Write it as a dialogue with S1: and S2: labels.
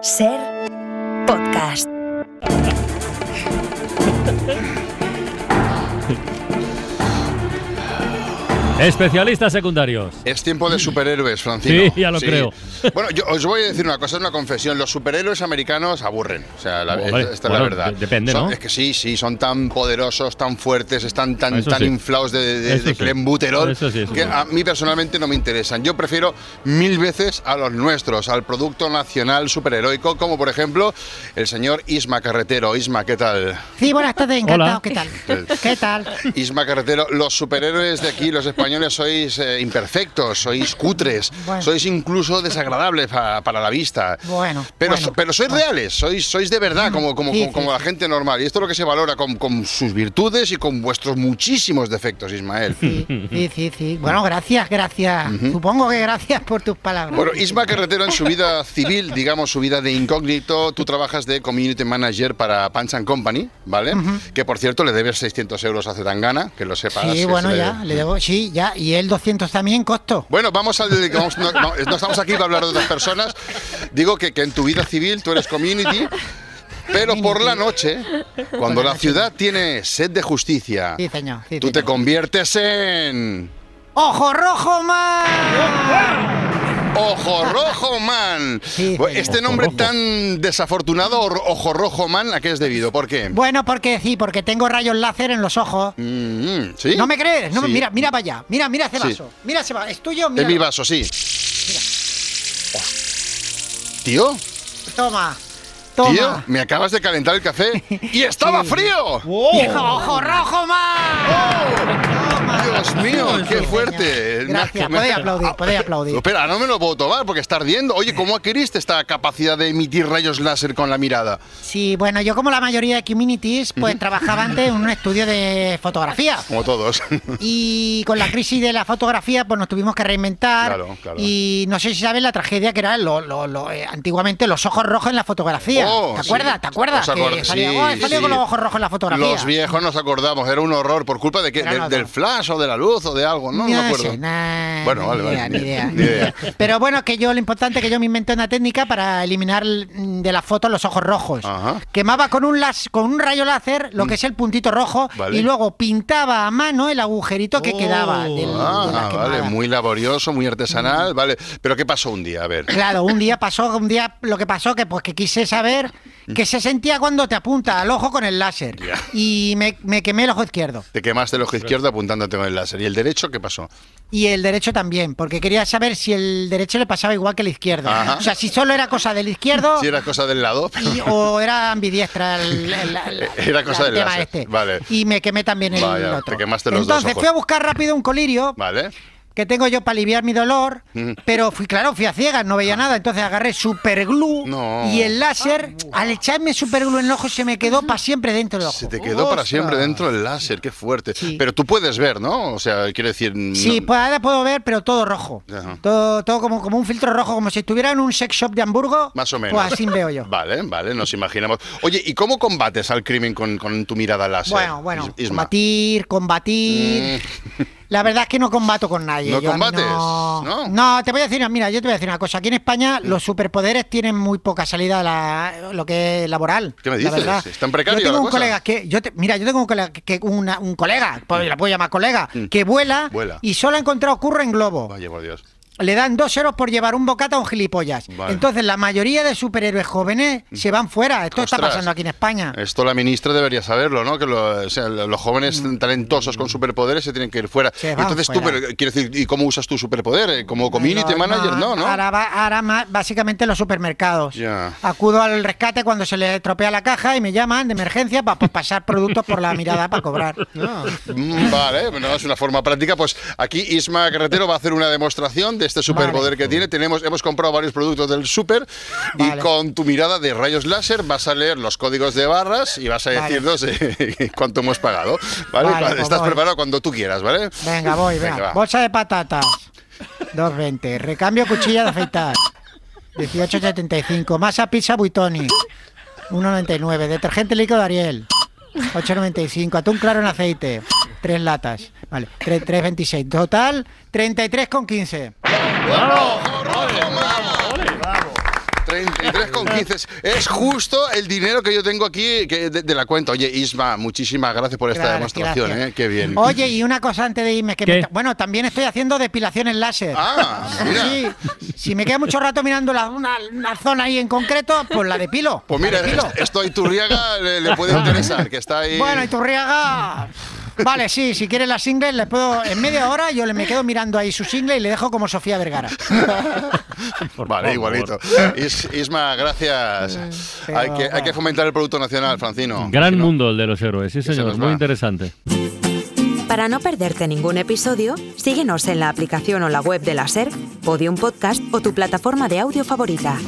S1: Ser podcast.
S2: Especialistas secundarios.
S3: Es tiempo de superhéroes, Francino.
S2: Sí, ya lo creo.
S3: Bueno, yo os voy a decir una cosa, es una confesión. Los superhéroes americanos aburren. O sea, la-
S2: Hombre,
S3: esta, esta
S2: Oh, bueno,
S3: es la verdad.
S2: de- depende,
S3: Son-
S2: ¿no?
S3: Es que sí, sí, son tan poderosos, tan fuertes, están tan,
S2: Eso
S3: tan
S2: sí.
S3: inflados de, de,
S2: Eso
S3: de
S2: sí.
S3: clenbuterol,
S2: Eso sí, eso
S3: que
S2: sí.
S3: a mí personalmente no me interesan. Yo prefiero mil veces a los nuestros, al producto nacional superheroico, como por ejemplo el señor Isma Carretero. Isma, ¿qué tal?
S4: Sí, buenas tardes, encantado.
S2: Hola.
S4: ¿Qué tal?
S3: Eh,
S4: ¿Qué tal?
S3: Isma Carretero, los superhéroes de aquí, los españoles, sois eh, imperfectos, sois cutres,
S4: Bueno.
S3: sois incluso desagradables pa- para la vista.
S4: Bueno,
S3: Pero,
S4: bueno. Mm.
S3: so- pero sois reales, sois, sois de verdad, como, como,
S4: Sí,
S3: como,
S4: sí,
S3: como la gente normal. Y esto es lo que se valora con, con sus virtudes y con vuestros muchísimos defectos, Ismael.
S4: Sí, sí, sí, sí. Bueno, gracias, gracias. Supongo que gracias por tus palabras.
S3: Bueno, Isma Carretero, en su vida civil, digamos, su vida de incógnito, tú trabajas de community manager para Punch and Company, ¿vale? Que por cierto le debes 600 euros a Zetangana, que lo sepas. eh, que
S4: sí,
S3: se
S4: bueno,
S3: le-
S4: ya, le debo, sí, ya. Y el 200 también costo.
S3: Bueno, vamos al dedica- vamos- no, no, no estamos aquí para hablar de otras personas. Digo que, que en tu vida civil tú eres community. Pero por la noche, cuando
S4: Por la
S3: la
S4: noche.
S3: ciudad tiene sed de justicia,
S4: Sí, señor. sí,
S3: tú te
S4: señor.
S3: conviertes en
S4: ¡Ojo rojo más!
S3: Ojo Rojo Man.
S4: Sí,
S3: Bu-
S4: señor.
S3: Este
S2: Ojo
S3: nombre
S2: Rojo.
S3: tan desafortunado, or- Ojo Rojo Man, ¿a qué es debido? ¿Por qué?
S4: Bueno, porque sí, porque tengo rayos láser en los ojos.
S3: Mm, ¿Sí?
S4: ¿No me crees? No me-
S3: Sí.
S4: Mira, mira para allá. Mira, mira ese
S3: Sí.
S4: vaso. Mira ese vaso. ¿Es tuyo?
S3: En
S4: Mira.
S3: mi vaso, sí. Tío,
S4: Toma.
S3: tío,
S4: Toma.
S3: me acabas de calentar el café y estaba frío.
S4: Viejo, ojo rojo más! Toma.
S3: Dios mío, qué
S4: Sí,
S3: fuerte. Eh, Ah,
S4: señor. Gracias, podéis aplaudir, podéis aplaudir.
S3: Espera, no me lo puedo tomar porque está ardiendo. Oye, ¿cómo adquiriste esta capacidad de emitir rayos láser con la mirada?
S4: Sí, bueno, yo como la mayoría de communities, pues trabajaba antes en un estudio de fotografía.
S3: Como todos.
S4: Y con la crisis de la fotografía, pues nos tuvimos que reinventar.
S3: Claro, claro.
S4: Y no sé si sabes la tragedia que era lo, lo- lo, eh, antiguamente los ojos rojos en la fotografía.
S3: Oh,
S4: ¿Te
S3: sí.
S4: acuerdas? ¿Te acuerdas?
S3: Os acord-
S4: que salía,
S3: sí,
S4: "Oh, he salido
S3: sí.
S4: con los ojos rojos en la fotografía.
S3: Los viejos nos acordamos, era un horror por culpa de que,
S4: Era
S3: de-
S4: nada.
S3: del flash o de la luz o de algo, no, no, me acuerdo.
S4: sé, nah,
S3: Bueno,
S4: ni
S3: vale, vale,
S4: idea,
S3: ni-
S4: ni idea,
S3: ni
S4: ni
S3: idea.
S4: idea. Pero bueno, que yo lo importante es que yo me inventé una técnica para eliminar l- mm, de la foto los ojos rojos.
S3: Ajá. Mm.
S4: Quemaba con un las, con un rayo láser lo que es el puntito rojo
S3: Vale.
S4: y luego pintaba a mano el agujerito que
S2: Oh.
S4: quedaba del- de la
S3: Ah,
S4: quemada.
S3: vale, muy laborioso, muy
S4: Mm.
S3: artesanal, vale. Pero ¿qué pasó un día? A ver.
S4: Claro, un día pasó, un día lo que pasó que pues que quise saber qué se sentía cuando te apunta al ojo con el láser
S3: Mm. Ya.
S4: y me, me quemé el ojo izquierdo.
S3: Te quemaste el ojo izquierdo apuntándote con el láser. ¿Y el derecho qué pasó?
S4: Y el derecho también, porque quería saber si el derecho le pasaba igual que el izquierdo.
S3: Ajá.
S4: O sea, si solo era cosa del izquierdo
S3: Si era cosa del lado, pero-
S4: y- o era ambidiestra el, el- el-
S3: Era cosa del
S4: el tema
S3: láser,
S4: este.
S3: vale.
S4: Y me quemé también el
S3: Vaya,
S4: otro.
S3: te quemaste los dos
S4: Entonces
S3: ojos.
S4: fui a buscar rápido un colirio
S3: vale.
S4: que tengo yo para aliviar mi dolor,
S3: Mm.
S4: pero fui, claro, fui a ciegas, no veía nada. Entonces agarré superglue
S3: Ah. No.
S4: y el láser, al echarme superglue en el ojo, se me quedó para siempre dentro del ojo.
S3: Se te quedó para siempre dentro el láser, qué fuerte.
S4: Sí.
S3: Pero tú puedes ver, ¿no? O sea, quiero decir.
S4: Sí,
S3: no-
S4: pues ahora puedo ver, pero todo rojo.
S3: Ajá.
S4: Todo, todo como, como un filtro rojo, como si estuviera en un sex shop de Hamburgo.
S3: Más o menos.
S4: Pues así veo yo.
S3: Vale, vale, nos imaginamos. Oye, ¿y cómo combates al crimen con, con tu mirada láser? Mm.
S4: Bueno, bueno,
S3: Is- Isma?
S4: combatir, combatir. La verdad es que no combato con nadie.
S3: ¿No
S4: yo a mí
S3: combates?
S4: No...
S3: ¿No? Mm.
S4: No, te voy a decir, una- mira, yo te voy a decir una cosa. Aquí en España los superpoderes tienen muy poca salida a la- lo que es laboral.
S3: ¿Qué me
S4: la
S3: dices?
S4: verdad.
S3: ¿Es tan precaria
S4: Yo tengo
S3: la
S4: un
S3: cosa?
S4: colega que, yo te- mira, yo tengo un colega, que, una- un colega, pues la puedo llamar colega, que vuela,
S3: Mm. Vuela.
S4: y solo ha encontrado curro en globo.
S3: Vaya, por Dios.
S4: Le dan dos euros por llevar un bocata a un gilipollas.
S3: Vale. Mm.
S4: Entonces la mayoría de superhéroes jóvenes se van fuera. Esto está
S3: Ostras.
S4: pasando aquí en España.
S3: Esto la ministra debería saberlo, ¿no? Que lo- o sea, lo- los jóvenes talentosos con superpoderes se tienen que ir fuera.
S4: Mm. Se van
S3: Entonces tú,
S4: fuera.
S3: pero, quiero decir, ¿y cómo usas tu superpoder? ¿Eh? ¿Como community
S4: Los-
S3: manager? No, ¿no?
S4: Ahora, va- ahora ma- básicamente en los supermercados.
S3: Ya.
S4: Acudo al rescate cuando se le estropea la caja y me llaman de emergencia para pasar productos por la mirada para cobrar.
S3: Mm, Vale, bueno, es una forma práctica. Pues aquí Isma Carretero va a hacer una demostración de este superpoder que tiene. Tenemos, hemos comprado varios productos del super y
S4: Vale.
S3: con tu mirada de rayos láser vas a leer los códigos de barras y vas a
S4: Vale.
S3: decirnos eh, cuánto hemos pagado. ¿Vale?
S4: Vale, pues
S3: Estás
S4: voy.
S3: preparado cuando tú quieras, ¿vale?
S4: Venga, voy, venga.
S3: Venga, va.
S4: Bolsa de patatas. 2.20. Recambio cuchilla de afeitar. 18.75. Masa pizza buitoni. 1.99. Detergente líquido de Ariel. 8.95. Atún claro en aceite. Tres latas. Vale. Tre- 3.26. Total, 33,15.
S3: ¡33,15! 15. Es justo el dinero que yo tengo aquí que- de, de la cuenta. Oye, Isma, muchísimas gracias por esta
S4: Claro,
S3: demostración,
S4: gracias.
S3: ¿eh? Qué bien.
S4: Oye, y una cosa antes de irme. Que
S2: ¿Qué?
S4: me está- bueno, también estoy haciendo depilaciones láser.
S3: Ah, mira.
S4: Sí, si me queda mucho rato mirando la- una, una zona ahí en concreto, pues la depilo.
S3: Pues
S4: la
S3: mira,
S4: depilo.
S3: est- esto a Iturriaga le, le puede interesar, que está ahí.
S4: Bueno, Iturriaga. Vale, sí, si quieres las singles, les puedo. En media hora yo le me quedo mirando ahí su single y le dejo como Sofía Vergara.
S2: Por favor.
S3: Vale, igualito. Is- Isma, gracias.
S4: pero
S3: hay, que, hay que
S4: bueno.
S3: fomentar el Producto Nacional, Francino.
S2: Gran
S3: Si no-
S2: mundo el de los héroes, sí
S3: Que se
S2: señor,
S3: nos
S2: muy
S3: va.
S2: interesante.
S1: Para no perderte ningún episodio, síguenos en la aplicación o la web de la SER, Podium Podcast o tu plataforma de audio favorita.